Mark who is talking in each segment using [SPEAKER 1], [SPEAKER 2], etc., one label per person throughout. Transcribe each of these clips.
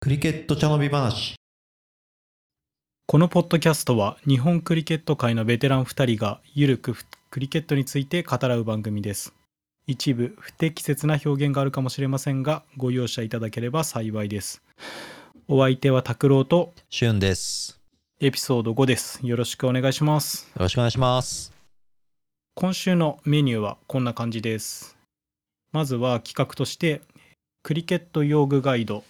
[SPEAKER 1] クリケット茶飲み話
[SPEAKER 2] このポッドキャストは日本クリケット界のベテラン2人がゆるくクリケットについて語らう番組です一部不適切な表現があるかもしれませんがご容赦いただければ幸いですお相手は拓郎と
[SPEAKER 1] しゅんです
[SPEAKER 2] エピソード5ですよろしくお願いします
[SPEAKER 1] よろしくお願いします
[SPEAKER 2] 今週のメニューはこんな感じですまずは企画としてクリケット用具ガイド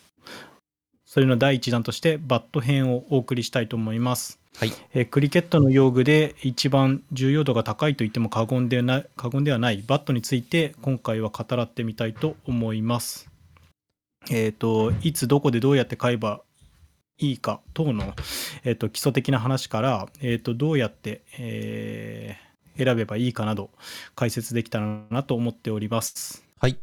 [SPEAKER 2] それの第1弾としてバット編をお送りしたいと思います、
[SPEAKER 1] はい
[SPEAKER 2] えークリケットの用具で一番重要度が高いと言っても過言でな過言ではないバットについて今回は語らってみたいと思いますえっ、といつどこでどうやって買えばいいか等の、えー、と基礎的な話から、えー、とどうやって、えー選べばいいかなど解説できたらなと思っております
[SPEAKER 1] はい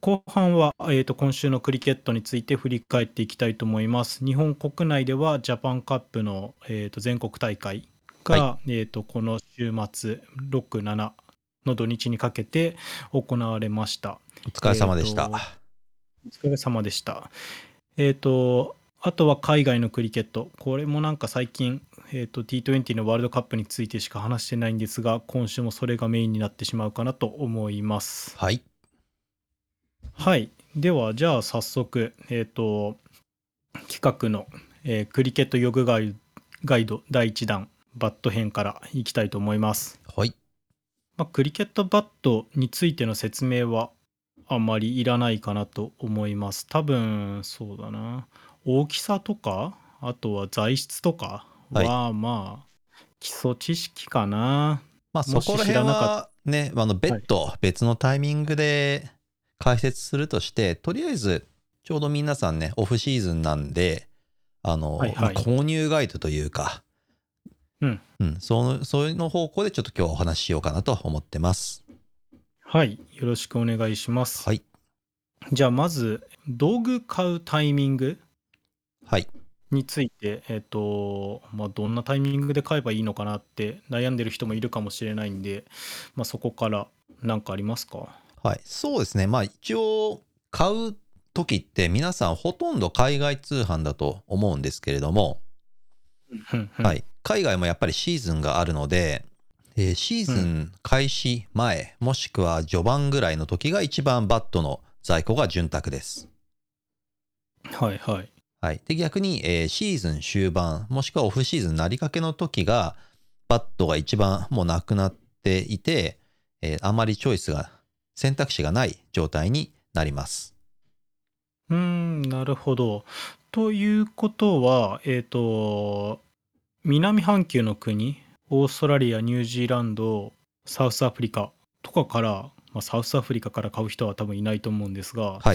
[SPEAKER 2] 後半は、えー、と今週のクリケットについて振り返っていきたいと思います。日本国内ではジャパンカップの、えー、と全国大会が、えー、とこの週末6、7の土日にかけて行われました。
[SPEAKER 1] お疲れ様でした、
[SPEAKER 2] えーとお疲れ様でした。えっ、と、あとは海外のクリケット。これもなんか最近、えー、と T20 のワールドカップについてしか話してないんですが、今週もそれがメインになってしまうかなと思います。
[SPEAKER 1] はい
[SPEAKER 2] はい。では、じゃあ早速、えっ、と、企画の、えークリケット予具ガイガイド第1弾、バット編からいきたいと思います。
[SPEAKER 1] はい
[SPEAKER 2] まあ、クリケットバットについての説明はあんまりいらないかなと思います。多分、そうだな。大きさとか、あとは材質とかは、まあ、基礎知識かな。
[SPEAKER 1] まあそこら辺
[SPEAKER 2] もし知らなか
[SPEAKER 1] はねあの別途別のタイミングで解説するとして、とりあえずちょうど皆さんねオフシーズンなんであの、
[SPEAKER 2] はいはい
[SPEAKER 1] まあ購入ガイドというか
[SPEAKER 2] うん、
[SPEAKER 1] うん、そのそういうの方向でちょっと今日はお話ししようかなと思ってます
[SPEAKER 2] はい。よろしくお願いします。
[SPEAKER 1] はい
[SPEAKER 2] じゃあ、まず、道具買うタイミング。
[SPEAKER 1] はい
[SPEAKER 2] について、えっとまあ、どんなタイミングで買えばいいのかなって悩んでる人もいるかもしれないんで、まあ、そこから何かありますか
[SPEAKER 1] はい、そうですね、まあ、一応、買う時って、皆さん、ほとんど海外通販だと思うんですけれども、は
[SPEAKER 2] はい、
[SPEAKER 1] い、海外もやっぱりシーズンがあるので、えーシーズ
[SPEAKER 2] う
[SPEAKER 1] ン開始前、もしくは序盤ぐらいの時が、一番バットの在庫が潤沢です。
[SPEAKER 2] はいはい
[SPEAKER 1] はい、で逆に、えーシーズン終盤、もしくはオフシーズンになりかけの時が、バットが一番もうなくなっていて、えーあまりチョイスが、選択肢がない状態になります。
[SPEAKER 2] うーんなるほどということはえっ、と南半球の国オーストラリアニュージーランドサウスアフリカとかから、まあ、サウスアフリカから買う人は多分いないと思うんです
[SPEAKER 1] は
[SPEAKER 2] が、
[SPEAKER 1] い
[SPEAKER 2] まあ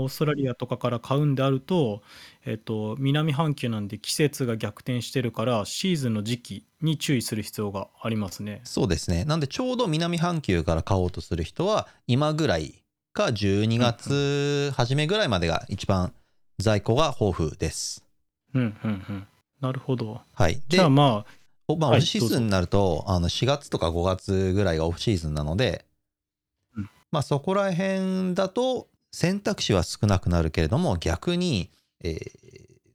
[SPEAKER 2] オーストラリアとかから買うんであると、えっと、南半球なんで季節が逆転してるからシーズンの時期に注意する必要がありますね。
[SPEAKER 1] そうですね。なんでちょうど南半球から買おうとする人は今ぐらいか12月初めぐらいまでが一番在庫が豊富です。
[SPEAKER 2] うんうんうん、なるほど。
[SPEAKER 1] はい。で、
[SPEAKER 2] じゃあまあ
[SPEAKER 1] おまあ、オ
[SPEAKER 2] はい
[SPEAKER 1] フシーズンになると、あの4月とか5月ぐらいがオフシーズンなので、
[SPEAKER 2] うん
[SPEAKER 1] まあそこら辺だと選択肢は少なくなるけれども逆に、えー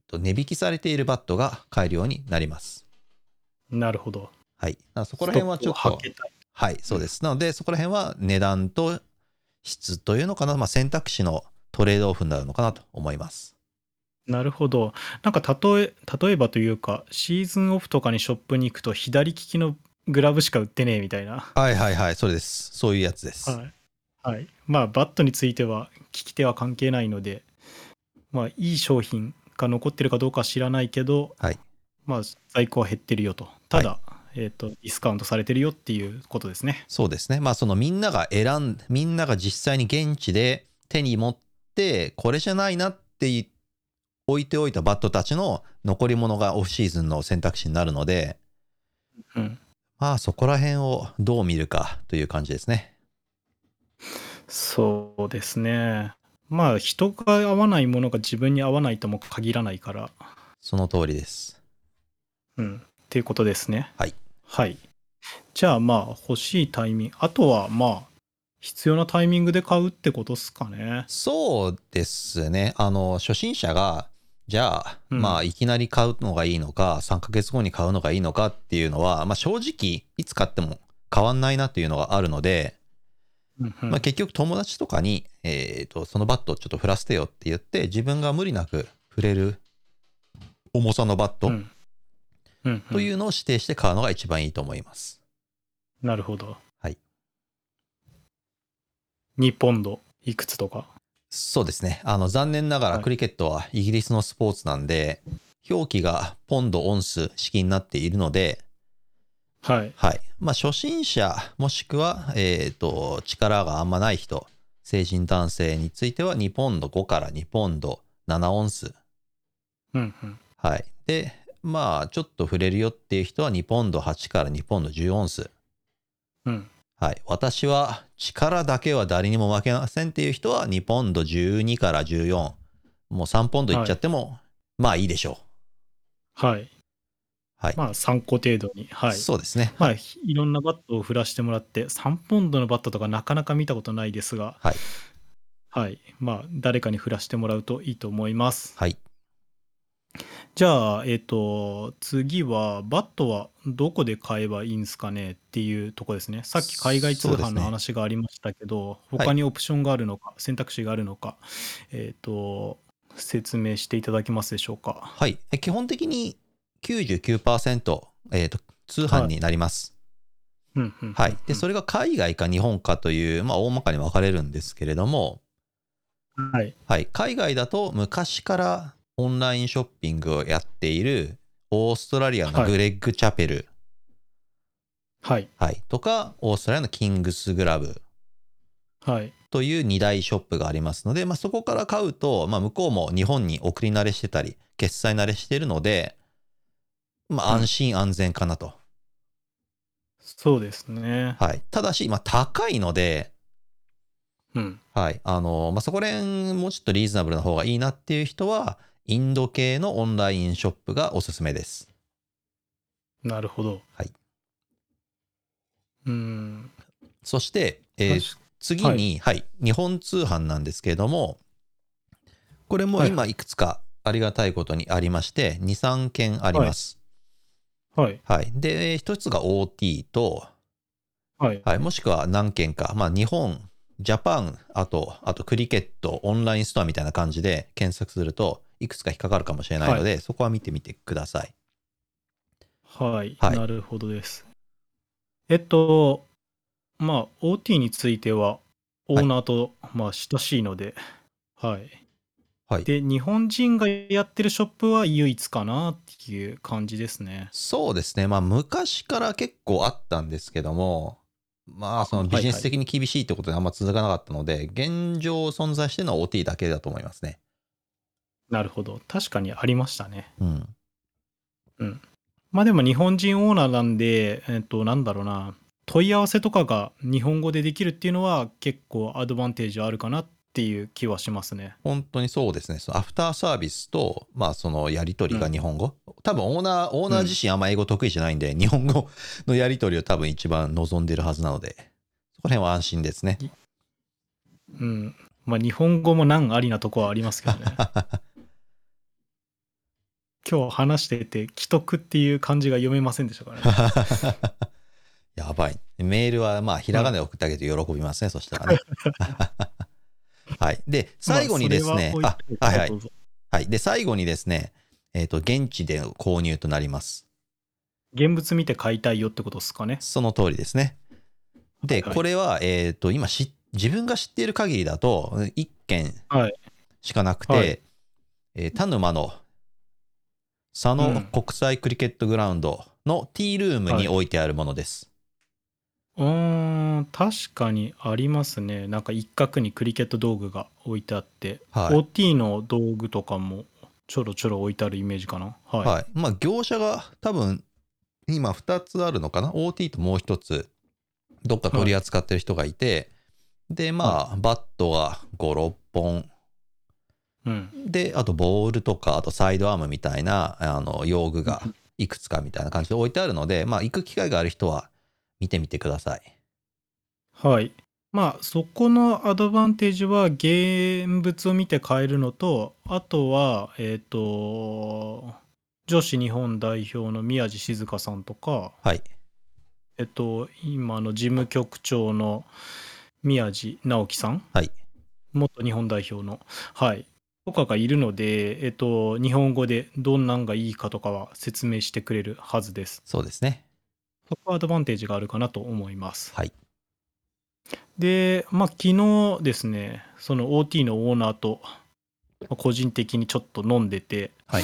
[SPEAKER 1] と値引きされているバットが買えるようになります。
[SPEAKER 2] なるほど。
[SPEAKER 1] はい。だからそこら辺はちょっ
[SPEAKER 2] ストックを
[SPEAKER 1] と
[SPEAKER 2] はけたい
[SPEAKER 1] はい、そうです。なので、そこら辺は値段と質というのかな、まあ、選択肢のトレードオフになるのかなと思います。
[SPEAKER 2] なるほど。なんか例え例えばというかシーズンオフとかにショップに行くと左利きのグラブしか売ってねえみたいな。
[SPEAKER 1] はいはいはい、それです。そういうやつです。
[SPEAKER 2] はい。はい。まあ、バットについては、利き手は関係ないので、まあ、いい商品が残ってるかどうかは知らないけど、
[SPEAKER 1] はい
[SPEAKER 2] まあ、在庫は減ってるよと。ただ、えっ、と、ディスカウントされてるよっていうことですね。
[SPEAKER 1] そうですね。まあ、そのみんなが選ん、みんなが実際に現地で手に持って、これじゃないなってい置いておいたバットたちの残り物がオフシーズンの選択肢になるので、
[SPEAKER 2] うん。
[SPEAKER 1] まあ、そこら辺をどう見るかという感じですね。
[SPEAKER 2] そうですね。まあ、人が合わないものが自分に合わないとも限らないから、
[SPEAKER 1] その通りです。
[SPEAKER 2] うん、っていうことですね。
[SPEAKER 1] はい。
[SPEAKER 2] はい。じゃあまあ欲しいタイミング、あとはまあ必要なタイミングで買うってことっすかね。
[SPEAKER 1] そうですね。あの、初心者が、じゃあ、
[SPEAKER 2] うん
[SPEAKER 1] まあ、いきなり買うのがいいのか、3ヶ月後に買うのがいいのかっていうのは、まあ、正直、いつ買っても変わんないなというのがあるので、
[SPEAKER 2] うんうん
[SPEAKER 1] まあ、結局、友達とかに、えーと、そのバットをちょっと振らせてよって言って、自分が無理なく振れる重さのバット
[SPEAKER 2] うんうんうん
[SPEAKER 1] というのを指定して買うのが一番いいと思います。
[SPEAKER 2] なるほど。
[SPEAKER 1] はい。
[SPEAKER 2] 2ポンドいくつとか。
[SPEAKER 1] そうですね。あの、残念ながら
[SPEAKER 2] はい
[SPEAKER 1] クリケットはイギリスのスポーツなんで、表記がポンド、オンス、式になっているので、
[SPEAKER 2] はい。
[SPEAKER 1] はい。まあ、初心者、もしくは、えっ、と、力があんまない人、成人男性については2ポンド5から2ポンド7オンス。
[SPEAKER 2] うんうん。
[SPEAKER 1] はい。で、まあ、ちょっと触れるよっていう人は2ポンド8から2ポンド10オンス。
[SPEAKER 2] うん。
[SPEAKER 1] はい。私は力だけは誰にも負けませんっていう人は2ポンド12から14。もう3ポンドいっちゃっても、まあいいでしょ
[SPEAKER 2] はい。
[SPEAKER 1] う。はい。
[SPEAKER 2] まあ3個程度に。はい。
[SPEAKER 1] そうですね。
[SPEAKER 2] まあ、ひいろんなバットを振らしてもらって、3ポンドのバットとかなかなか見たことないですが、
[SPEAKER 1] はい。
[SPEAKER 2] はい。まあ、誰かに振らしてもらうといいと思います。
[SPEAKER 1] はい。
[SPEAKER 2] じゃあ、えっ、と、次は、バットはどこで買えばいいんですかねっていうとこですね。さっき海外通
[SPEAKER 1] そうで
[SPEAKER 2] 販
[SPEAKER 1] すね
[SPEAKER 2] の話がありましたけど、
[SPEAKER 1] い
[SPEAKER 2] 他にオプションがあるのか、選択肢があるのか、えっ、と、説明していただけますでしょうか。
[SPEAKER 1] はい。え基本的に99%、えー、と通販になります。
[SPEAKER 2] うんうん。
[SPEAKER 1] はい。で、そ
[SPEAKER 2] れ。
[SPEAKER 1] れが海外か日本かという、まあ、大まかに分かれるんですけれども、
[SPEAKER 2] はい。
[SPEAKER 1] はい。海外だと昔からオンラインショッピングをやっているオーストラリアの
[SPEAKER 2] はい
[SPEAKER 1] グレッグ・チャペル、
[SPEAKER 2] はい。
[SPEAKER 1] はい、とか、オーストラリアのキングスグラブ
[SPEAKER 2] はい。
[SPEAKER 1] という2大ショップがありますので、まあ、そこから買うと、まあ、向こうも日本に送り慣れしてたり、決済慣れしてるので、まあ、
[SPEAKER 2] うん
[SPEAKER 1] 安心安全かなと。
[SPEAKER 2] そうですね。
[SPEAKER 1] はい、ただし、まあ、高いので、
[SPEAKER 2] うん。
[SPEAKER 1] はいあのまあ、そこら辺もうちょっとリーズナブルな方がいいなっていう人は、インド系のオンラインショップがおすすめです。
[SPEAKER 2] なるほど。
[SPEAKER 1] はい。
[SPEAKER 2] うん。
[SPEAKER 1] そして、えー次に、はい日本通販なんですけれども、これも
[SPEAKER 2] はい
[SPEAKER 1] 今いくつかありがたいことにありまして、2、3件あります。
[SPEAKER 2] はい。
[SPEAKER 1] はい、で、1つが OT と、
[SPEAKER 2] はい。
[SPEAKER 1] はい、もしくは何件か、まあ、日本、ジャパン、あと、あとクリケット、オンラインストアみたいな感じで検索すると、いくつか引っかかるかもしれないので、そこは見てみてください。
[SPEAKER 2] はい。
[SPEAKER 1] はい
[SPEAKER 2] なるほどです。えっと、まあ、OT については、オーナーと、まあ、親しいので、はい。
[SPEAKER 1] はい
[SPEAKER 2] で、日本人がやってるショップは唯一かなっていう感じですね。
[SPEAKER 1] そうですね、まあ、昔から結構あったんですけども、まあ、そのビジネス的に厳しいってことであんま続かなかったので、現状存在してるのは OT だけだと思いますね。
[SPEAKER 2] なるほど。確かにありましたね。
[SPEAKER 1] うん。
[SPEAKER 2] まあでも日本人オーナーなんで、えっと、なんだろうな、問い合わせとかが日本語でできるっていうのは結構アドバンテージあるかなっていう気はしますね。
[SPEAKER 1] 本当にそうですね。そのアフターサービスと、まあ、そのやり取りが日本語。多分、オーナー、オーナー自身あんま英語得意じゃないんで、日本語のやり取りを多分一番望んでるはずなので、そこら辺は安心ですね。
[SPEAKER 2] うん。まあ日本語も難ありなとこはありますけどね。今日話してて、既得っていう漢字が読めませんでしたからね。
[SPEAKER 1] やばい。メールは、まあ、ひらがなで送ってあげて喜びますね、そしたら ね。はい。で、 最後にですね、
[SPEAKER 2] まあそれ
[SPEAKER 1] あ、
[SPEAKER 2] は
[SPEAKER 1] はいはい
[SPEAKER 2] 置といて
[SPEAKER 1] い。はい。で、最後にですね、えっ、と、現地での購入となります。
[SPEAKER 2] 現物見て買いたいよってことですかね。
[SPEAKER 1] その通りですね。で、
[SPEAKER 2] はい
[SPEAKER 1] これは、えっ、と、今し、自分が知っている限りだと、1件
[SPEAKER 2] はい
[SPEAKER 1] しかなくて、
[SPEAKER 2] はい
[SPEAKER 1] えー田沼の佐
[SPEAKER 2] う
[SPEAKER 1] 野
[SPEAKER 2] ん
[SPEAKER 1] 国際クリケットグラウンドのティールームに置いてあるものです。
[SPEAKER 2] うーん、確かにありますね。なんか一角にクリケット道具が置いてあって、
[SPEAKER 1] はい。
[SPEAKER 2] OT の道具とかもちょろちょろ置いてあるイメージかな。はい。
[SPEAKER 1] はい、まあ業者が多分今2つあるのかな OT ともう1つどっか取り扱ってる人がいて、でまあバットが56本
[SPEAKER 2] うん。
[SPEAKER 1] であとボールとかあとサイドアームみたいなあの用具がいくつかみたいな感じで置いてあるのでまあ行く機会がある人は見てみてください
[SPEAKER 2] はい。まあそこのアドバンテージは現物を見て変えるのとあとはえっ、と女子日本代表の宮地静香さんとか
[SPEAKER 1] はい。
[SPEAKER 2] えっと今の事務局長の宮地直樹さん
[SPEAKER 1] はい
[SPEAKER 2] 元日本代表のはいとかがいるのでえっと日本語でどんなんがいいかとかは説明してくれるはずです
[SPEAKER 1] そうですね。
[SPEAKER 2] そこはアドバンテージがあるかなと思います。
[SPEAKER 1] はい
[SPEAKER 2] で、まあ、昨日ですね、その OT のオーナーと、まあ個人的にちょっと飲んでて、
[SPEAKER 1] はい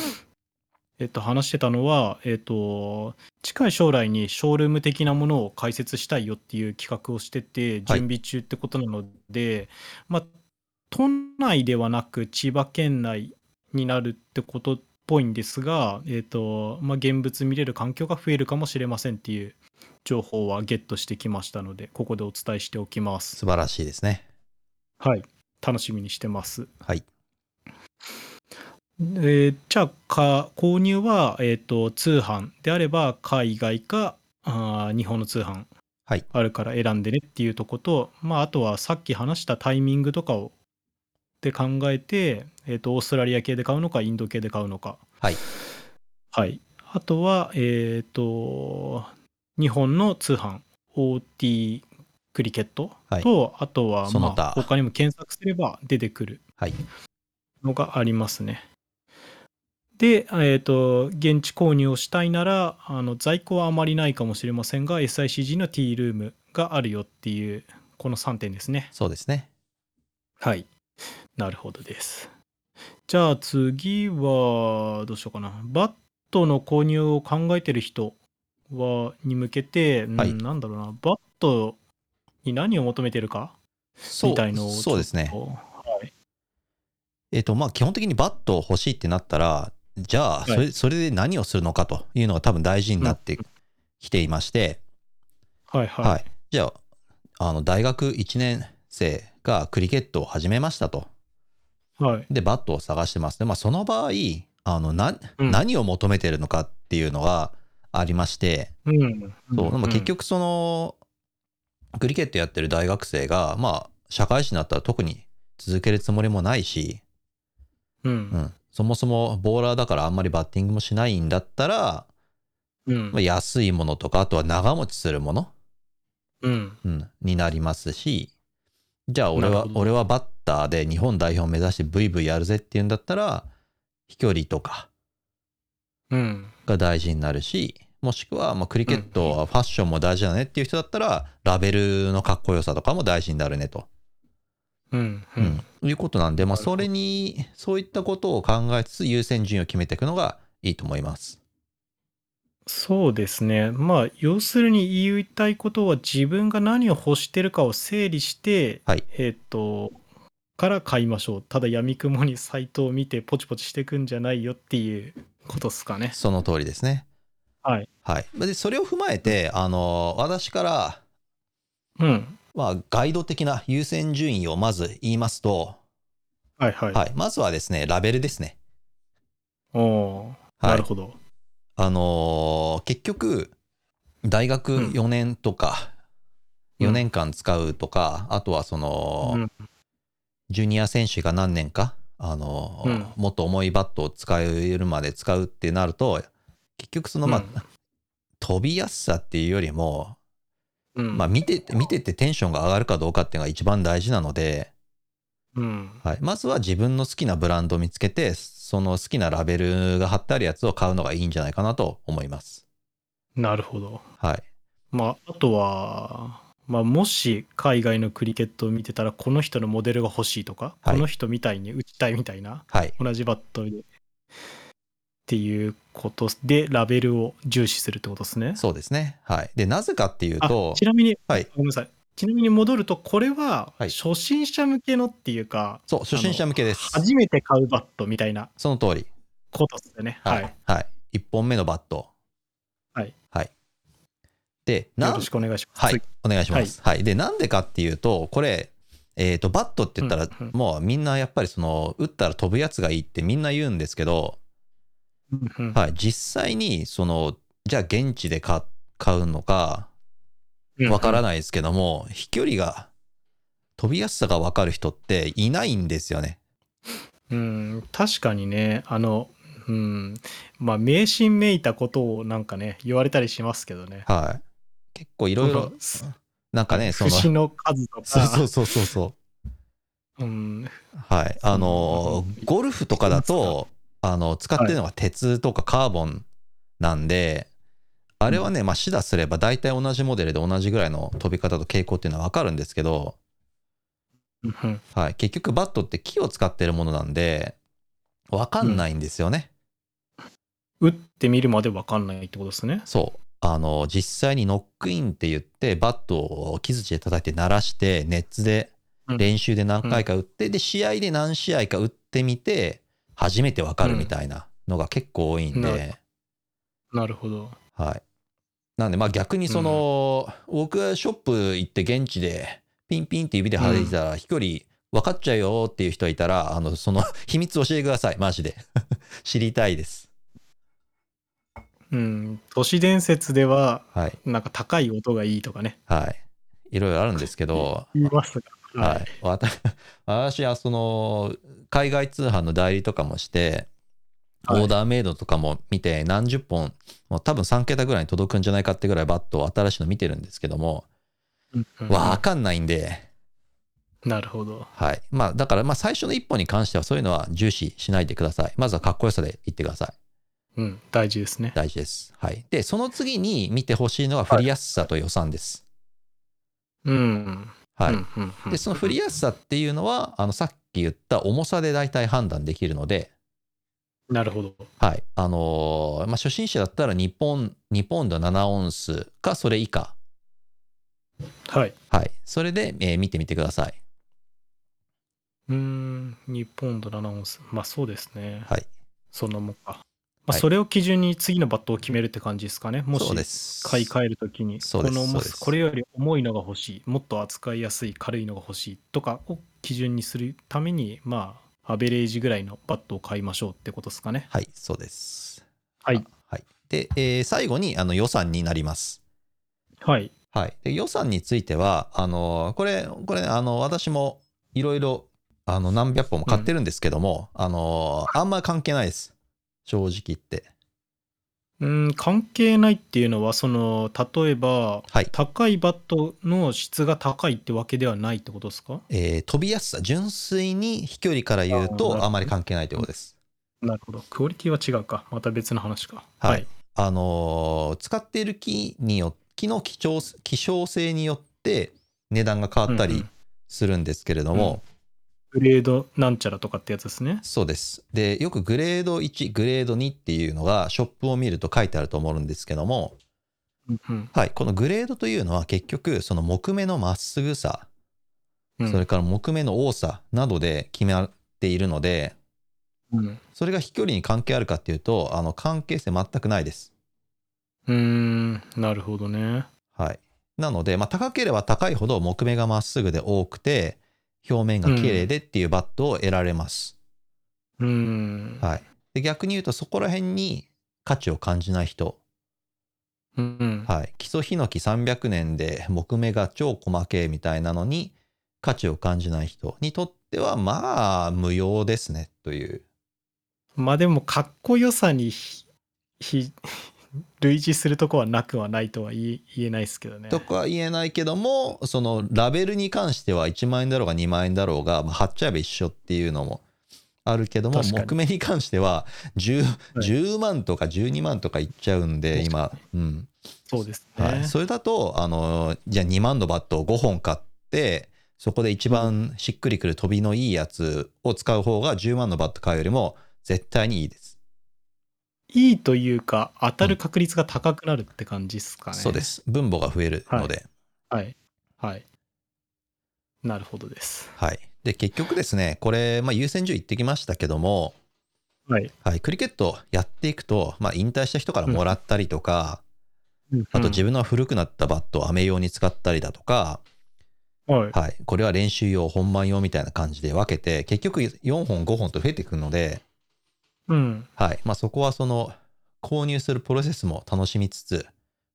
[SPEAKER 2] えっと、話してたのは、えっと、近い将来にショールーム的なものを開設したいよっていう企画をしてて、準備中ってことなので、まあ、都内ではなく千葉県内になるってことっぽいんですが、えっとまあ、現物見れる環境が増えるかもしれませんっていう情報はゲットしてきましたのでここでお伝えしておきます
[SPEAKER 1] 素晴らしいですね。
[SPEAKER 2] はい楽しみにしてます
[SPEAKER 1] はい。
[SPEAKER 2] えーじゃあか購入は、えー、と通販であれば海外かあー日本の通販
[SPEAKER 1] はい
[SPEAKER 2] あるから選んでねっていうとこと、まあ、あとはさっき話したタイミングとかをで考えて、えー、とオーストラリア系で買うのかインド系で買うのか
[SPEAKER 1] はい、
[SPEAKER 2] はい、あとはえっ、と日本の通販 OT クリケット
[SPEAKER 1] はい
[SPEAKER 2] と、あとは、
[SPEAKER 1] その
[SPEAKER 2] ま
[SPEAKER 1] 他
[SPEAKER 2] あ、他にも検索すれば出てくる
[SPEAKER 1] はい。
[SPEAKER 2] のがありますね。で、えー、と現地購入をしたいならあの在庫はあまりないかもしれませんが SICG の T ルームがあるよっていうこの3点ですね。
[SPEAKER 1] そうですね。
[SPEAKER 2] はい。なるほどです。じゃあ次はどうしようかな。バットの購入を考えてる人はに向けて、うん
[SPEAKER 1] はい
[SPEAKER 2] なんだろうな、バットに何を求めてるか
[SPEAKER 1] そ
[SPEAKER 2] みたいのを
[SPEAKER 1] うそうですね
[SPEAKER 2] ち。ょ
[SPEAKER 1] えっ、と、まあ、基本的にバット欲しいってなったら、じゃあ、それ,、それで何をするのかというのが多分大事になってきていまして、
[SPEAKER 2] っとはいはい。
[SPEAKER 1] はい。じゃあ、あの、大学1年生がクリケットを始めましたと。
[SPEAKER 2] はい。
[SPEAKER 1] で、バットを探してます。で、まあ、その場合、あの、な、
[SPEAKER 2] うん
[SPEAKER 1] 何を求めてるのかっていうのがありまして、
[SPEAKER 2] うん。
[SPEAKER 1] そう、で
[SPEAKER 2] ん
[SPEAKER 1] も結、局その、クリケットやってる大学生が、まあ、社会人になったら特に続けるつもりもないし、
[SPEAKER 2] う。
[SPEAKER 1] うんん、そもそもボーラーだからあんまりバッティングもしないんだったら、
[SPEAKER 2] うん
[SPEAKER 1] まあ、。安いものとか、あとは長持ちするもの、
[SPEAKER 2] うん。
[SPEAKER 1] うん、になりますし、じゃあ俺
[SPEAKER 2] な
[SPEAKER 1] は
[SPEAKER 2] るほ、ど
[SPEAKER 1] 俺はバッターで日本代表目指してブイブイやるぜっていうんだったら、飛距離とか
[SPEAKER 2] うん。
[SPEAKER 1] が大事になるし、もしくは、まあ、クリケットはファッションも大事だねっていう人だったら、ラベルのかっこよさとかも大事になるねと。
[SPEAKER 2] うん。う。
[SPEAKER 1] うんん、いうことなんで、まあ、
[SPEAKER 2] なるほ
[SPEAKER 1] そ
[SPEAKER 2] ど
[SPEAKER 1] れに、そういったことを考えつつ、優先順位を決めていくのがいいと思います。
[SPEAKER 2] そうですね。まあ、要するに言いたいことは自分が何を欲してるかを整理して、
[SPEAKER 1] はい
[SPEAKER 2] えっ、と、から買いましょう。ただ闇雲にサイトを見てポチポチしてくんじゃないよっていうことですかね。
[SPEAKER 1] その通りですね。
[SPEAKER 2] はい。
[SPEAKER 1] はい。で、それを踏まえて、あの、私から、
[SPEAKER 2] うん。
[SPEAKER 1] まあ、ガイド的な優先順位をまず言いますと、
[SPEAKER 2] はいはい。
[SPEAKER 1] はい。まずはですね、ラベルですね。
[SPEAKER 2] おおー、
[SPEAKER 1] は
[SPEAKER 2] ないる。ほど。
[SPEAKER 1] あのー結局、大学
[SPEAKER 2] うん
[SPEAKER 1] 4年とか、
[SPEAKER 2] うん
[SPEAKER 1] 4年間使うとか、あとはその、
[SPEAKER 2] うん
[SPEAKER 1] ジュニア選手が何年か、あの、
[SPEAKER 2] うん
[SPEAKER 1] もっと重いバットを使えるまで使うってなると、結局その、まあ、
[SPEAKER 2] うん
[SPEAKER 1] 飛びやすさっていうよりも、
[SPEAKER 2] うん。
[SPEAKER 1] まあ、見てて、見ててテンションが上がるかどうかっていうのが一番大事なので、
[SPEAKER 2] うん。
[SPEAKER 1] はい、まずは自分の好きなブランドを見つけて、その好きなラベルが貼ってあるやつを買うのがいいんじゃないかなと思います。
[SPEAKER 2] なるほど。
[SPEAKER 1] はい。
[SPEAKER 2] まあ、あとは、まあ、もし海外のクリケットを見てたら、この人のモデルが欲しいとか、
[SPEAKER 1] はい
[SPEAKER 2] この人みたいに打ちたいみたいな、
[SPEAKER 1] はい。
[SPEAKER 2] 同じバットで。っていうことで、ラベルを重視するってことですね。
[SPEAKER 1] そうですね。はい。で、なぜかっていう
[SPEAKER 2] あ
[SPEAKER 1] と、
[SPEAKER 2] ちなみに、
[SPEAKER 1] はい
[SPEAKER 2] ごめんなさい。ちなみに戻ると、これは
[SPEAKER 1] はい
[SPEAKER 2] 初心者向けのっていうか、
[SPEAKER 1] そう、初心者向けです。
[SPEAKER 2] 初めて買うバットみたいな
[SPEAKER 1] その通り。
[SPEAKER 2] ことですよね。
[SPEAKER 1] は
[SPEAKER 2] はいい。。
[SPEAKER 1] はい。1本目のバット。
[SPEAKER 2] はい。
[SPEAKER 1] はい。で、
[SPEAKER 2] よ
[SPEAKER 1] な
[SPEAKER 2] ろ
[SPEAKER 1] ん
[SPEAKER 2] し、くお願いします。
[SPEAKER 1] はい。お願いします。はい。で、なんでかっていうと、これ、えっ、と、バットって言ったら、
[SPEAKER 2] うんうん
[SPEAKER 1] もうみんなやっぱりその、打ったら飛ぶやつがいいってみんな言うんですけど、
[SPEAKER 2] うんうん
[SPEAKER 1] はい。実際に、その、じゃあ現地で買買うのか、
[SPEAKER 2] うん
[SPEAKER 1] わからないですけども、飛距離が飛びやすさが分かる人っていないんですよね。
[SPEAKER 2] うん、確かにね、あの、うん、まあ、迷信めいたことをなんかね、言われたりしますけどね。
[SPEAKER 1] はい。結構いろい ろ、なんかね、その、
[SPEAKER 2] 節
[SPEAKER 1] そう
[SPEAKER 2] の数とか、
[SPEAKER 1] そうそうそうそう。
[SPEAKER 2] うん、
[SPEAKER 1] はい、あの
[SPEAKER 2] うん
[SPEAKER 1] ゴルフとかだとあの使ってるのが鉄とかカーボンなんで、あれはね、まあ、試打すれば大体同じモデルで同じぐらいの飛び方と傾向っていうのは分かるんですけど、
[SPEAKER 2] うん
[SPEAKER 1] はい、結局バットって木を使ってるものなんで分かんないんですよね、
[SPEAKER 2] 打ってみるまで分かんないってことですね。
[SPEAKER 1] そうあの実際にノックインって言ってバットを木槌で叩いて鳴らして熱で
[SPEAKER 2] うん
[SPEAKER 1] 練習で何回か打って、で試合で何試合か打ってみて初めて分かるみたいなのが結構多いんで。
[SPEAKER 2] なるなるほど。
[SPEAKER 1] はい。なんで、まあ逆にその、僕はショップ行って現地でピンピンって指で弾いてたら飛距離分かっちゃうよっていう人いたら、あの、その 秘密教えてください。マジで。 知りたいです。
[SPEAKER 2] うん、都市伝説では、
[SPEAKER 1] はい。
[SPEAKER 2] なんか高い音がいいとかね、
[SPEAKER 1] はい。いろいろあるんですけど、
[SPEAKER 2] 言いますが。
[SPEAKER 1] はい。わた私はその、海外通販の代理とかもして、オ
[SPEAKER 2] はい
[SPEAKER 1] ーダーメイドとかも見て何十本、もう多分3桁ぐらいに届くんじゃないかってぐらいバットを新しいの見てるんですけども、
[SPEAKER 2] うんうん
[SPEAKER 1] わかんないんで、
[SPEAKER 2] なるほど。
[SPEAKER 1] はい。まあ、だから、まあ、最初の一歩に関しては、そういうのは重視しないでください。まずはかっこよさで言ってください。
[SPEAKER 2] うん、大事ですね。
[SPEAKER 1] 大事です。はい。で、その次に見てほしいのは、振りやすさと予算です。
[SPEAKER 2] うん。
[SPEAKER 1] はい。
[SPEAKER 2] うんうんうん
[SPEAKER 1] で、その振りやすさっていうのは、あの、さっき言った重さで大体判断できるので、
[SPEAKER 2] なるほど。
[SPEAKER 1] はい。あのーまあ、初心者だったら2ポン、2ポンド7オンスか、それ以下。
[SPEAKER 2] はい。
[SPEAKER 1] はい。それで、えー見てみてください。
[SPEAKER 2] うーん、日本ドラナオンス。まあそうですね。
[SPEAKER 1] はい。
[SPEAKER 2] そんなもんか。まあ、
[SPEAKER 1] はい
[SPEAKER 2] それを基準に次のバットを決めるって感じですかね。も
[SPEAKER 1] そうで
[SPEAKER 2] し
[SPEAKER 1] す。
[SPEAKER 2] 買い替えるときに、
[SPEAKER 1] そう
[SPEAKER 2] こ
[SPEAKER 1] です
[SPEAKER 2] の重
[SPEAKER 1] そうです
[SPEAKER 2] これより重いのが欲しい、もっと扱いやすい、軽いのが欲しいとかを基準にするために、まあ、アベレージぐらいのバットを買いましょうってことですかね。
[SPEAKER 1] はい、そうです。
[SPEAKER 2] はい。
[SPEAKER 1] はい、で、えー最後にあの予算になります。
[SPEAKER 2] はい。
[SPEAKER 1] はい、で予算については、あのこれ、これ、あの私もいろいろあの何百本も買ってるんですけども、あのあんま関係ないです。正直言って。
[SPEAKER 2] うーん、関係ないっていうのは、その、例えば、
[SPEAKER 1] はい。
[SPEAKER 2] 高いバットの質が高いってわけではないってことですか
[SPEAKER 1] えー飛びやすさ、純粋に飛距離から言う
[SPEAKER 2] あーなるほ
[SPEAKER 1] と、
[SPEAKER 2] ど
[SPEAKER 1] あまり関係ないということです。
[SPEAKER 2] なるほど。クオリティは違うか。また別の話か。
[SPEAKER 1] はいあの使っている木によ木の希少希少性によって値段が変わった
[SPEAKER 2] うんう
[SPEAKER 1] り
[SPEAKER 2] ん
[SPEAKER 1] するんですけれども、
[SPEAKER 2] うんグレードなんちゃらとかってやつですね。
[SPEAKER 1] そうです。で、よくグレード1、グレード2っていうのが、ショップを見ると書いてあると思うんですけども、
[SPEAKER 2] うん
[SPEAKER 1] はい、このグレードというのは結局、その木目のまっすぐさ、
[SPEAKER 2] うん
[SPEAKER 1] それから木目の多さなどで決まっているので、
[SPEAKER 2] うん
[SPEAKER 1] それが飛距離に関係あるかっていうと、あの関係性全くないです。
[SPEAKER 2] うーんなるほどね。
[SPEAKER 1] はい。なので、まあ、高ければ高いほど木目がまっすぐで多くて、表面が綺麗でっていうバットを得られます。
[SPEAKER 2] うーん。
[SPEAKER 1] はい。で逆に言うと、そこら辺に価値を感じない人
[SPEAKER 2] うん
[SPEAKER 1] はい、基礎ヒノキ300年で木目が超細けえみたいなのに価値を感じない人にとってはまあ無用ですねという
[SPEAKER 2] まあでもかっこよさにひひ 類似するとこはなくはないとは言え言えないですけどね。
[SPEAKER 1] とかは言えないけどもそのラベルに関しては1万円だろうが2万円だろうが、まあ、貼っちゃえば一緒っていうのもあるけども
[SPEAKER 2] 確かに
[SPEAKER 1] 木目に関しては 10,
[SPEAKER 2] い
[SPEAKER 1] 10万とか12万とかいっちゃうんで
[SPEAKER 2] 確
[SPEAKER 1] 今、うん
[SPEAKER 2] そうですね。
[SPEAKER 1] はい、それだとあのじゃあ2万のバットを5本買ってそこで一番しっくりくる飛びのいいやつを使う方が10万のバット買うよりも絶対にいいです。
[SPEAKER 2] いいというか当たる確率が高くなるって感じですかね。
[SPEAKER 1] そうで。す分母が増えるので,、
[SPEAKER 2] はい。はい。なるほどです。
[SPEAKER 1] はいで結局ですねこれ、まあ、優先順位言ってきましたけども、
[SPEAKER 2] はい。
[SPEAKER 1] はい、クリケットやっていくと、まあ、引退した人からもらったりとか、あと自分の古くなったバットを雨用に使ったりだとか、
[SPEAKER 2] 分、はい、
[SPEAKER 1] はい、これは練習用本番用みたいな感じで分けて結局4本5本と増えていくので。
[SPEAKER 2] うん。
[SPEAKER 1] はい。まあ、そこはその、購入するプロセスも楽しみつつ、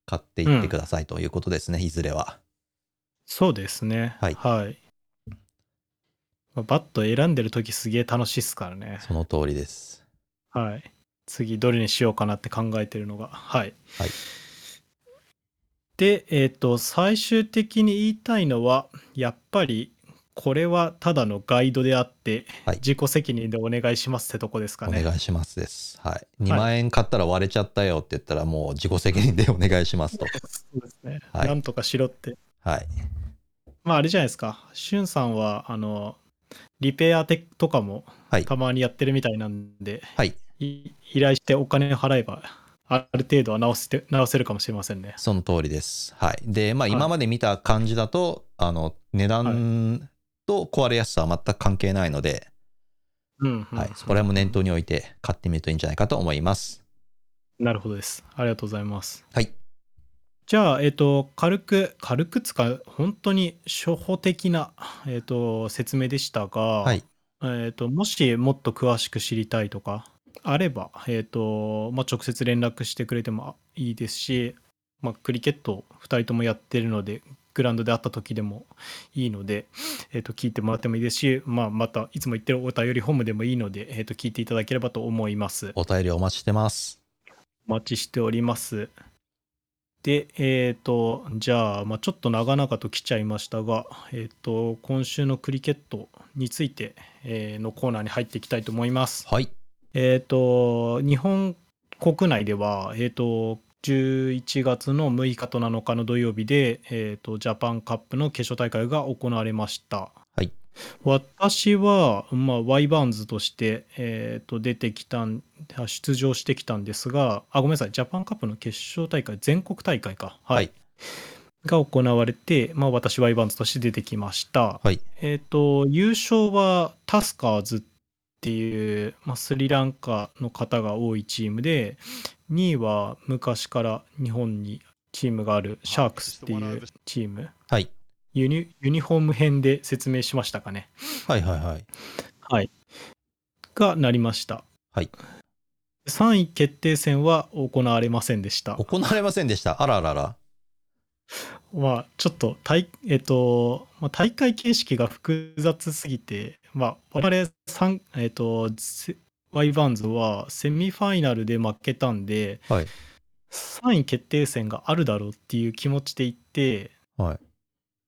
[SPEAKER 1] 買っていってくださいということですね、いずれは。
[SPEAKER 2] そうですね。
[SPEAKER 1] はい
[SPEAKER 2] はい。まあバット選んでる時すげえ楽しいっすからね。
[SPEAKER 1] その通りです。
[SPEAKER 2] はい。次、どれにしようかなって考えてるのが。はい。
[SPEAKER 1] はい
[SPEAKER 2] で、えっ、と、最終的に言いたいのは、やっぱり、これはただのガイドであって、
[SPEAKER 1] はい
[SPEAKER 2] 自己責任でお願いしますってとこですか
[SPEAKER 1] お
[SPEAKER 2] ね。
[SPEAKER 1] 願いしますです。はい。2万円買ったら割れちゃったよって言ったら、もう自己責任でお願いしますと。
[SPEAKER 2] そうですね。
[SPEAKER 1] はい
[SPEAKER 2] なんとかしろって。
[SPEAKER 1] はい。
[SPEAKER 2] まあ、あれじゃないですか。しゅんさんは、あの、リペアテとかも
[SPEAKER 1] はい
[SPEAKER 2] たまにやってるみたいなんで、
[SPEAKER 1] はい。
[SPEAKER 2] い依頼してお金払えば、ある程度は直せて直せるかもしれませんね。
[SPEAKER 1] その通りです。はい。で、まあ、
[SPEAKER 2] はい
[SPEAKER 1] 今まで見た感じだと、あの、値段と壊れやすさは全く関係ないので、
[SPEAKER 2] うん、うん
[SPEAKER 1] はい。そこら辺も念頭に置いて買ってみるといいんじゃないかと思います。
[SPEAKER 2] なるほどです。ありがとうございます。
[SPEAKER 1] はい。
[SPEAKER 2] じゃあ、えっ、と、軽く、軽く使う、本当に初歩的な、えっ、と、説明でしたが、
[SPEAKER 1] はい。
[SPEAKER 2] えっ、と、もしもっと詳しく知りたいとか、あれば、えっ、と、まあ、直接連絡してくれてもいいですし、まあ、クリケット2人ともやってるので、グラウンドで会った時でもいいので、えっ、と、聞いてもらってもいいですし、まあ、また、いつも言ってるお便りホームでもいいので、えっ、と、聞いていただければと思います。
[SPEAKER 1] お便りお待ちしてます。
[SPEAKER 2] お待ちしております。で、えっ、と、じゃあ、まあ、ちょっと長々と来ちゃいましたが、えっ、と、今週のクリケットについて、えーのコーナーに入っていきたいと思います。
[SPEAKER 1] はい。
[SPEAKER 2] えっ、と、日本国内では、えっ、と、11月の6日と7日の土曜日で、えー、とジャパンカップの決勝大会が行われました。
[SPEAKER 1] はい
[SPEAKER 2] 私は、まあ、ワイバーンズとして、えー、と出てきたんあ出場してきたんですがあごめんなさいジャパンカップの決勝大会全国大会か、
[SPEAKER 1] はい
[SPEAKER 2] が行われて、まあ、私ワイバーンズとして出てきました、
[SPEAKER 1] はい。
[SPEAKER 2] えっ、と優勝はタスカーズっていう、まあ、スリランカの方が多いチームで2位は昔から日本にチームがあるシャークスっていうチーム
[SPEAKER 1] はい。
[SPEAKER 2] ユニユニフォーム編で説明しましたかね
[SPEAKER 1] はいはいはい。
[SPEAKER 2] はい、がなりました、
[SPEAKER 1] はい、
[SPEAKER 2] 3位決定戦は行われませんでした、
[SPEAKER 1] 行われませんでした。あらあらあら。
[SPEAKER 2] まあ、ちょっと大,、えっとまあ、大会形式が複雑すぎて、まあ、我々三、えっと、せワイバーンズはセミファイナルで負けたんで、
[SPEAKER 1] はい
[SPEAKER 2] 3位決定戦があるだろうっていう気持ちでいって
[SPEAKER 1] はい。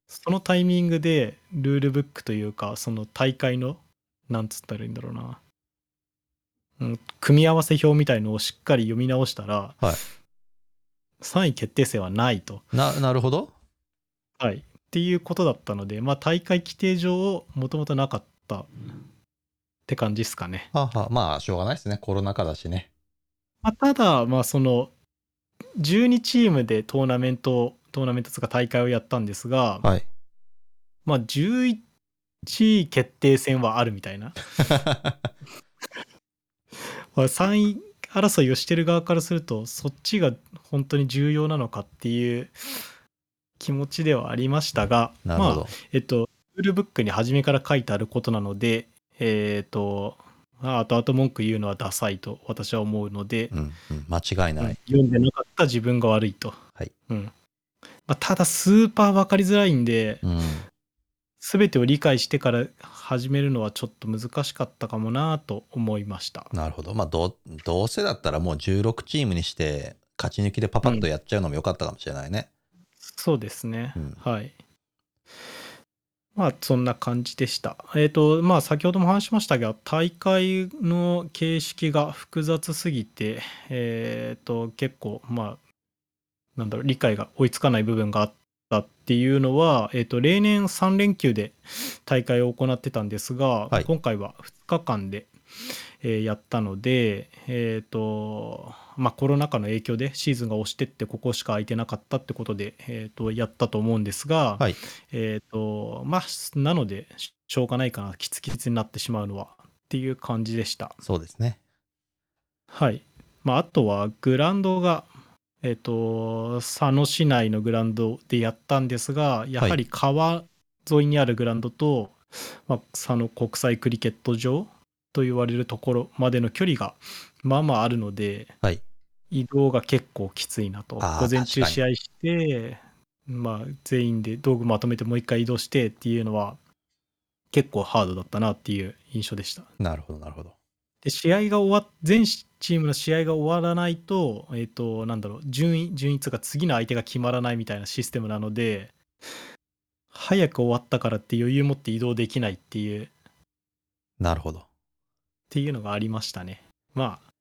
[SPEAKER 2] そのタイミングでルールブックというかその大会のなんつったらいいんだろうな、うん、組み合わせ表みたいのをしっかり読み直したら、
[SPEAKER 1] はい
[SPEAKER 2] 3位決定戦はないと、
[SPEAKER 1] な、なるほど。
[SPEAKER 2] はい、っていうことだったので、まあ、大会規定上もともとなかったって感じですかね。
[SPEAKER 1] はあはあまあ、しょうがないですね。コロナ禍だしね。
[SPEAKER 2] まあ、ただ、まあ、その12チームでトーナメントをトーナメントつうか大会をやったんですが、
[SPEAKER 1] はい。
[SPEAKER 2] まあ、11位決定戦はあるみたいなまあ3位争いをしてる側からするとそっちが本当に重要なのかっていう気持ちではありましたが
[SPEAKER 1] なるほ
[SPEAKER 2] まあ
[SPEAKER 1] ど。
[SPEAKER 2] えっと、ルールブックに初めから書いてあることなので、えっと、あ後々文句言うのはダサいと私は思うので、
[SPEAKER 1] うん、うん。間違いない。
[SPEAKER 2] 読んでなかった自分が悪いと。
[SPEAKER 1] はい
[SPEAKER 2] うんまあ、ただ、スーパー分かりづらいんで、
[SPEAKER 1] うん。
[SPEAKER 2] すべてを理解してから始めるのはちょっと難しかったかもなと思いました。
[SPEAKER 1] なるほど。まあどう、どうせだったらもう16チームにして、勝ち抜きでパパッとやっちゃうのも良かったかもしれないね。
[SPEAKER 2] そうですね。
[SPEAKER 1] うん
[SPEAKER 2] はい。まあ、そんな感じでした。えっ、と、まあ、先ほども話しましたが、大会の形式が複雑すぎて、えっ、と、結構、まあ、なんだろう、理解が追いつかない部分があったっていうのは、えっ、と、例年3連休で大会を行ってたんですが、
[SPEAKER 1] はい
[SPEAKER 2] 今回は2日間で、えーやったので、えっ、と、まあ、コロナ禍の影響でシーズンが押してって、ここしか空いてなかったってことで、えっ、と、やったと思うんですが、
[SPEAKER 1] はい
[SPEAKER 2] えっ、と、まあ、なので、ししょうがないかな、キツキツになってしまうのはっていう感じでした。
[SPEAKER 1] そうですね。
[SPEAKER 2] はい。まあ、あとは、グラウンドが、えっ、と、佐野市内のグラウンドでやったんですが、やはり川沿いにあるグラウンドと、まあ、佐野国際クリケット場と言われるところまでの距離が、まあまああるので、
[SPEAKER 1] はい
[SPEAKER 2] 移動が結構きついなと。
[SPEAKER 1] あー
[SPEAKER 2] 午前中
[SPEAKER 1] 確
[SPEAKER 2] 試合して、まあ、全員で道具まとめてもう一回移動してっていうのは、結構ハードだったなっていう印象でした。
[SPEAKER 1] なるほど、なるほど。
[SPEAKER 2] で試合が終わっ全チームの試合が終わらないと,、えっとなんだろう順位順位とか次の相手が決まらないみたいなシステムなので早く終わったからって余裕持って移動できないっていうっ
[SPEAKER 1] なるほど。
[SPEAKER 2] ていうのがありましたね。まあ、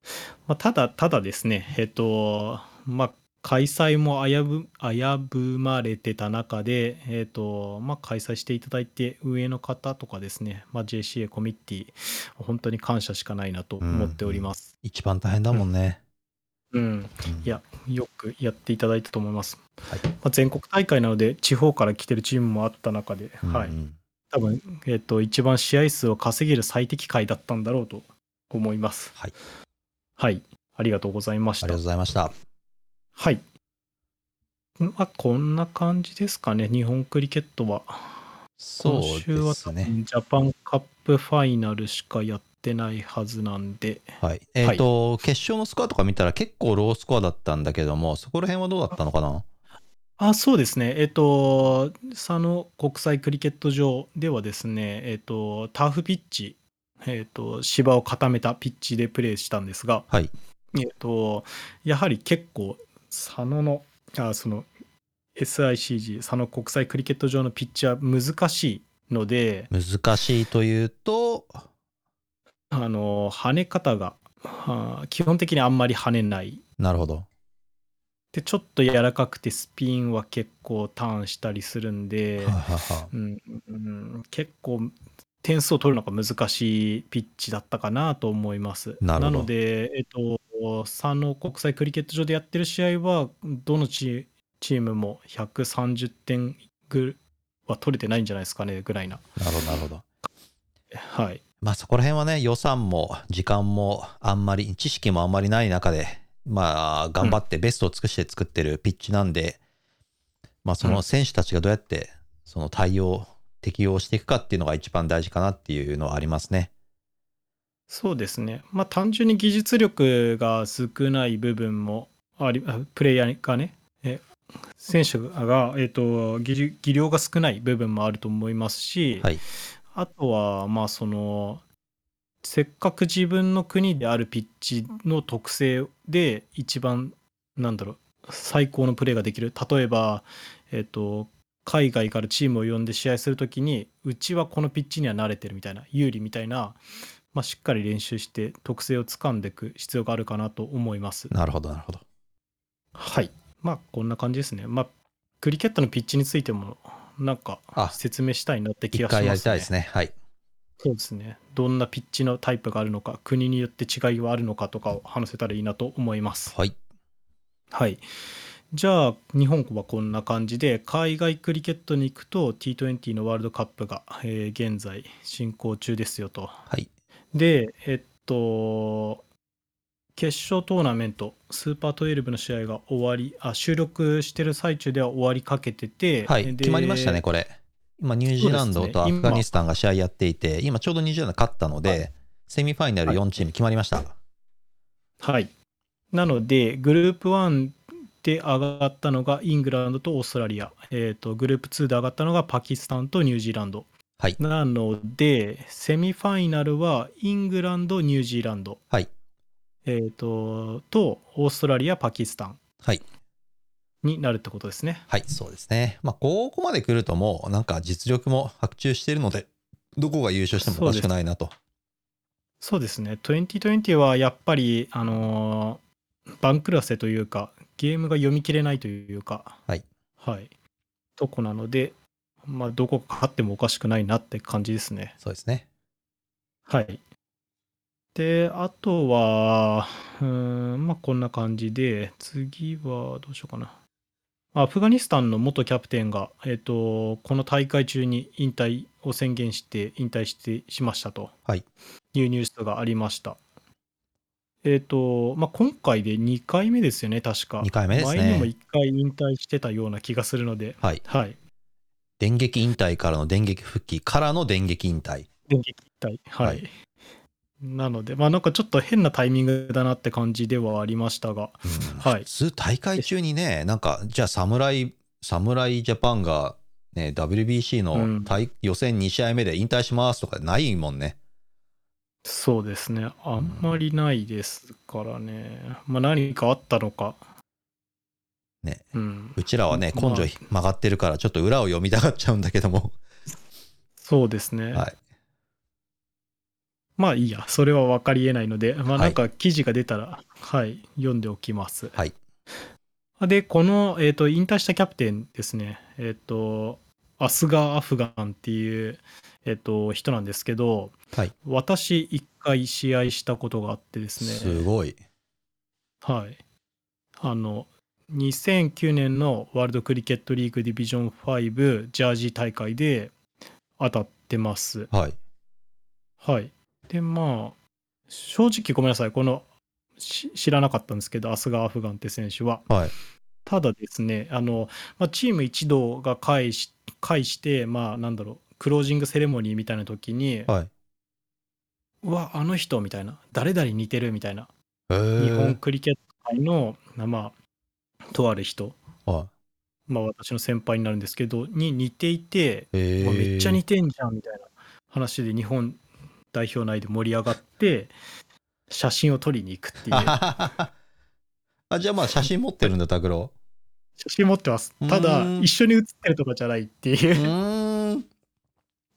[SPEAKER 2] まあただただですねえっ、とまあ開催も危ぶ危ぶまれてた中で、えっとまあ、開催していただいて上の方とかですね、まあ、JCA コミッティ本当に感謝しかないなと思っております。
[SPEAKER 1] 一番大変だもんね。
[SPEAKER 2] うん、
[SPEAKER 1] うん
[SPEAKER 2] いや、よくやっていただいたと思います。
[SPEAKER 1] はい
[SPEAKER 2] まあ、全国大会なので、地方から来てるチームもあった中で、
[SPEAKER 1] うん
[SPEAKER 2] はい、
[SPEAKER 1] うん
[SPEAKER 2] 多分、えっと一番試合数を稼げる最適解だったんだろうと思います。
[SPEAKER 1] はい。
[SPEAKER 2] はい、ありがとうございまし
[SPEAKER 1] ありが
[SPEAKER 2] た
[SPEAKER 1] とうご。ざいました。
[SPEAKER 2] はい。まあ、こんな感じですかね、日本クリケットは。
[SPEAKER 1] そう
[SPEAKER 2] 今週
[SPEAKER 1] で
[SPEAKER 2] は
[SPEAKER 1] す
[SPEAKER 2] 多
[SPEAKER 1] ね。
[SPEAKER 2] 分ジャパンカップファイナルしかやってないはずなんで、
[SPEAKER 1] はい。えっ、と、決勝のスコアとか見たら結構ロースコアだったんだけども、そこら辺はどうだったのかな
[SPEAKER 2] あそうですね、えっと、佐野国際クリケット場ではですね、えっと、ターフピッチ、えっと、芝を固めたピッチでプレーしたんですが、
[SPEAKER 1] はい。
[SPEAKER 2] えっと、やはり結構、佐野の、あその SICG、佐野国際クリケット場のピッチは難しいので、
[SPEAKER 1] 難しいというと、
[SPEAKER 2] あの跳ね方が、あー基本的にあんまり跳ねない
[SPEAKER 1] なるほど。
[SPEAKER 2] で、ちょっと柔らかくて、スピンは結構ターンしたりするんで。
[SPEAKER 1] はあはあはあ
[SPEAKER 2] うんうん、結構点数を取るのが難しいピッチだったかなと思います。
[SPEAKER 1] なるほど
[SPEAKER 2] ので、えっと、佐野国際クリケット場でやってる試合は、どのチチームも130点ぐは取れてないんじゃないですかね、ぐらいな。
[SPEAKER 1] なるほど、なるほど。
[SPEAKER 2] はい、
[SPEAKER 1] まあそこら辺はね、予算も時間もあんまり、知識もあんまりない中で、まあ頑張ってベストを尽くして作ってるピッチなんで、まあその選手たちがどうやってその対応、適応していくかっていうのが一番大事かなっていうのはありますね。
[SPEAKER 2] そうですね、まあ、単純に技術力が少ない部分もあり、あプレイヤーがね、え選手が、えっと技術技量が少ない部分もあると思いますし、
[SPEAKER 1] はい。
[SPEAKER 2] あとはまあそのせっかく自分の国であるピッチの特性で一番なんだろう最高のプレーができる例えば、えっと海外からチームを呼んで試合するときにうちはこのピッチには慣れてるみたいな有利みたいな、まあ、しっかり練習して特性をつかんでいく必要があるかなと思います。
[SPEAKER 1] なるほど、なるほど。
[SPEAKER 2] はいまあこんな感じですね。まあクリケットのピッチについてもなんか
[SPEAKER 1] あ
[SPEAKER 2] 説明したいなって気
[SPEAKER 1] 一
[SPEAKER 2] がします
[SPEAKER 1] 回
[SPEAKER 2] ね。
[SPEAKER 1] やりたいですね。はい。
[SPEAKER 2] そうですね。どんなピッチのタイプがあるのか、国によって違いはあるのかとかを話せたらいいなと思います。
[SPEAKER 1] はい。
[SPEAKER 2] はい。じゃあ、日本はこんな感じで、海外クリケットに行くと T20 のワールドカップが、えー現在進行中ですよと。
[SPEAKER 1] はい。
[SPEAKER 2] で、えっと、決勝トーナメント、スーパー12の試合が終わり、あ収録してる最中では終わりかけてて、
[SPEAKER 1] はい。
[SPEAKER 2] で
[SPEAKER 1] 決まりましたね、これ。今、ニュージーランドとアフガニスタンが試合やっていて、今ちょうどニュージーランド勝ったの
[SPEAKER 2] は
[SPEAKER 1] で、セミファイナル4チーム決まりました。
[SPEAKER 2] はい。なので、グループ1で上がったのがイングランドとオーストラリア、えーと、グループ2で上がったのがパキスタンとニュージーランド。
[SPEAKER 1] はい
[SPEAKER 2] なので、セミファイナルはイングランド、ニュージーランド、
[SPEAKER 1] はい。
[SPEAKER 2] えー、ととオーストラリア、パキスタン
[SPEAKER 1] はい。
[SPEAKER 2] になるってことですね。
[SPEAKER 1] はい、そうですね。まあ、ここまで来るともう、なんか実力も白昼しているので、どこが優勝してもおかしくないなと。
[SPEAKER 2] そうですね、2020はやっぱり、あのー番狂わせというか、ゲームが読み切れないというか、
[SPEAKER 1] はい。
[SPEAKER 2] はい。とこなので、まあ、どこか勝ってもおかしくないなって感じですね。
[SPEAKER 1] そうですね。
[SPEAKER 2] はい。で、あとは、うーん、まあ、こんな感じで、次はどうしようかな。アフガニスタンの元キャプテンが、えっ、と、この大会中に引退を宣言して、引退してしましたと。
[SPEAKER 1] はい。
[SPEAKER 2] いうニュースがありました。えっ、と、まあ、今回で2回目ですよね、確か。
[SPEAKER 1] 2回目です
[SPEAKER 2] 前にも
[SPEAKER 1] ね。
[SPEAKER 2] 1回引退してたような気がするので、
[SPEAKER 1] はい。
[SPEAKER 2] はい。
[SPEAKER 1] 電撃引退からの電撃復帰からの電撃引退。
[SPEAKER 2] 電撃一体はい、
[SPEAKER 1] はい
[SPEAKER 2] なのでまあなんかちょっと変なタイミングだなって感じではありましたが
[SPEAKER 1] うん
[SPEAKER 2] はい
[SPEAKER 1] 普通、大会中にね、なんか、じゃあ、侍、侍ジャパンがね、WBC の大、予選2試合目で引退しますとかないもんね。
[SPEAKER 2] そうですね。あんまりないですからね。まあ何かあったのか。
[SPEAKER 1] ね。
[SPEAKER 2] うん。
[SPEAKER 1] うちらはね、
[SPEAKER 2] まあ
[SPEAKER 1] 根性曲がってるから、ちょっと裏を読みたがっちゃうんだけども。
[SPEAKER 2] そうですね。
[SPEAKER 1] はい
[SPEAKER 2] まあいいや。それは分かり得ないので、ま
[SPEAKER 1] は
[SPEAKER 2] あ
[SPEAKER 1] い
[SPEAKER 2] なんか記事が出たら、はい、読んでおきます。
[SPEAKER 1] はい。
[SPEAKER 2] で、この、えっ、と、引退したキャプテンですね。えっ、と、アスガー・アフガンっていう、えっ、と、人なんですけど、
[SPEAKER 1] はい
[SPEAKER 2] 私、一回試合したことがあってですね。
[SPEAKER 1] すごい。
[SPEAKER 2] はい。あの、2009年のワールドクリケットリーグディビジョン5ジャージー大会で当たってます。
[SPEAKER 1] はい。
[SPEAKER 2] はい。で、まあ、正直ごめんなさい。この、し知らなかったんですけど、アスガー・アフガンって選手は。
[SPEAKER 1] はい。
[SPEAKER 2] ただですね、あの、まあ、チーム一同が返し、返して、まあ、なんだろう、クロージングセレモニーみたいな時に、
[SPEAKER 1] はい。
[SPEAKER 2] うわ、あの人みたいな、誰々似てるみたいな、
[SPEAKER 1] えー、
[SPEAKER 2] 日本クリケット界の、まあ、とある人
[SPEAKER 1] はい。
[SPEAKER 2] まあ、私の先輩になるんですけどに似ていて、
[SPEAKER 1] え
[SPEAKER 2] う
[SPEAKER 1] ー
[SPEAKER 2] わめっちゃ似てんじゃんみたいな話で日本代表内で盛り上がって写真を撮りに行くっていう写
[SPEAKER 1] あ じゃあまあ写真持ってるんだ拓郎
[SPEAKER 2] 真持ってます
[SPEAKER 1] うーん
[SPEAKER 2] ただ一緒に写ってるとかじゃないって
[SPEAKER 1] う
[SPEAKER 2] いう
[SPEAKER 1] ーん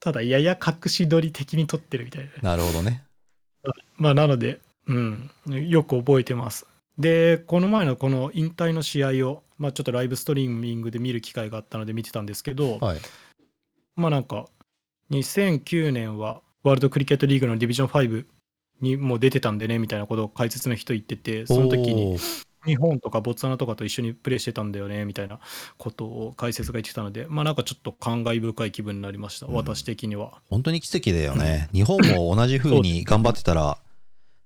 [SPEAKER 2] ただやや隠し撮り的に撮ってるみたい
[SPEAKER 1] な
[SPEAKER 2] な
[SPEAKER 1] るほどね
[SPEAKER 2] まあなので、うん、よく覚えてます。で、この前のこの引退の試合を、まあ、ちょっとライブストリーミングで見る機会があったので見てたんですけど、
[SPEAKER 1] はい
[SPEAKER 2] まあなんか、2009年はワールドクリケットリーグのディビジョン5にも出てたんでねみたいなことを解説の人言ってて、その時
[SPEAKER 1] お
[SPEAKER 2] に
[SPEAKER 1] ー
[SPEAKER 2] 日本とかボツワナとかと一緒にプレーしてたんだよねみたいなことを解説が言ってたので、まあなんかちょっと感慨深い気分になりました、
[SPEAKER 1] うん
[SPEAKER 2] 私的には。
[SPEAKER 1] 本当に奇跡だよね日本も同じ風に頑張ってたらワ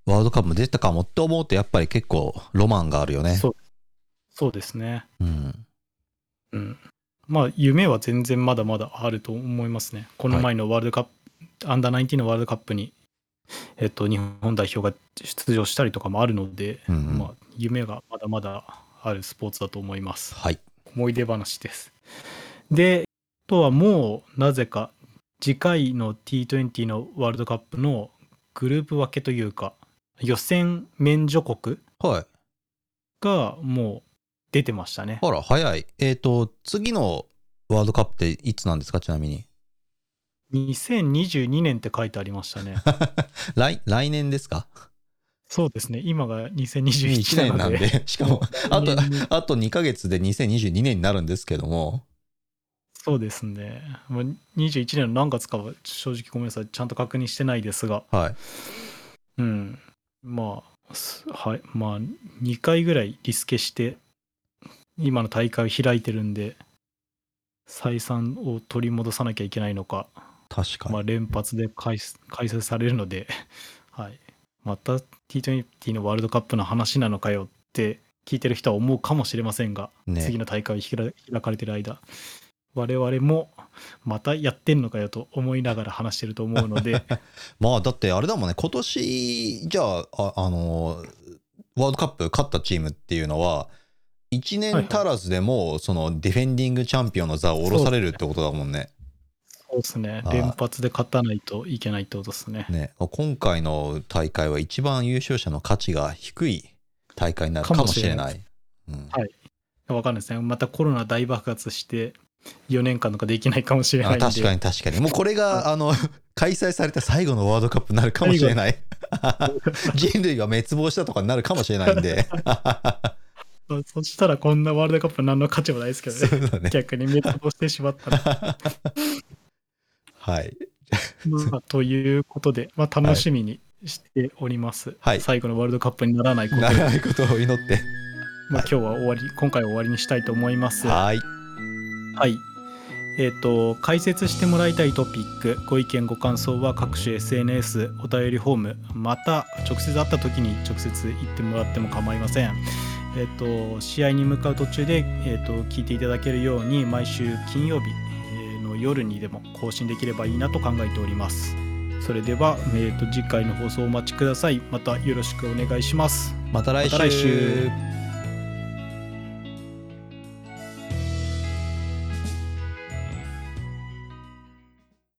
[SPEAKER 1] ールドカップも出てたかもって思うとやっぱり結構ロマンがあるよね
[SPEAKER 2] そうそうですね。
[SPEAKER 1] うん
[SPEAKER 2] うん、まあ夢は全然まだまだあると思いますね。この前のワールドカップ、アンダー19のワールドカップに、えっと、日本代表が出場したりとかもあるので、
[SPEAKER 1] うんうん
[SPEAKER 2] まあ、夢がまだまだあるスポーツだと思います。
[SPEAKER 1] はい
[SPEAKER 2] 思い出話です。で、あとはもうなぜか次回の T20 のワールドカップのグループ分けというか予選免除国
[SPEAKER 1] はい
[SPEAKER 2] がもう出てましたね。
[SPEAKER 1] あら早いえっ、と次のワールドカップっていつなんですかちなみに
[SPEAKER 2] 2022年って書いてありましたね。
[SPEAKER 1] 来来年ですか
[SPEAKER 2] そうですね、今が
[SPEAKER 1] 1年
[SPEAKER 2] 2021
[SPEAKER 1] な
[SPEAKER 2] 年なんので。
[SPEAKER 1] でしかもあ とあと2ヶ月で2022年になるんですけども
[SPEAKER 2] そうですね。まあ21年の何月かは正直ごめんなさい、ちゃんと確認してないですが、
[SPEAKER 1] はい
[SPEAKER 2] うん。まあ、すはい、まあ、2回ぐらいリスケして、今の大会を開いてるんで、採算を取り戻さなきゃいけないのか、
[SPEAKER 1] 確かに
[SPEAKER 2] まあ、連発で開す開催されるので、 はい、また T20 のワールドカップの話なのかよって聞いてる人は思うかもしれませんが、
[SPEAKER 1] ね
[SPEAKER 2] 次の大会ひら開かれてる間我々もまたやってんのかよと思いながら話してると思うので
[SPEAKER 1] まあだってあれだもんね今年じゃああ、あのーワールドカップ勝ったチームっていうのは1年足らずでもうそのディフェンディングチャンピオンの座を下ろされるってことだもんね。
[SPEAKER 2] そうですね
[SPEAKER 1] はい
[SPEAKER 2] 連発で勝たないといけないってことですね
[SPEAKER 1] ね今回の大会は一番優勝者の価値が低い大会になるかもしれない。うん
[SPEAKER 2] はいわかんないですねまたコロナ大爆発して4年間とかできないかもしれない
[SPEAKER 1] あ
[SPEAKER 2] んで
[SPEAKER 1] 確かに確かにもうこれがあの 開催された最後のワールドカップになるかもしれない 人類が滅亡したとかになるかもしれないん で
[SPEAKER 2] そそしたらこんなワールドカップ何の価値もないですけど
[SPEAKER 1] そ
[SPEAKER 2] ね
[SPEAKER 1] うだね
[SPEAKER 2] 逆に滅亡してし まったら
[SPEAKER 1] はい
[SPEAKER 2] まあ、ということで、まあ、楽しみにしております、
[SPEAKER 1] はい
[SPEAKER 2] 最後のワールドカップにならないことを、
[SPEAKER 1] な
[SPEAKER 2] まあ、
[SPEAKER 1] らないことを祈って
[SPEAKER 2] 今日は終わり今回は終わりにしたいと思います。は
[SPEAKER 1] はい。
[SPEAKER 2] いえー、と解説してもらいたいトピックご意見ご感想は各種 SNS お便りフォームまた直接会った時に直接言ってもらっても構いません、えー、と試合に向かう途中で、えー、と聞いていただけるように毎週金曜日えーの夜にでも更新できればいいなと考えておりますそれでは、えー、と次回の放送をお待ちくださいまたよろしくお願いします
[SPEAKER 1] また来週。
[SPEAKER 2] また来週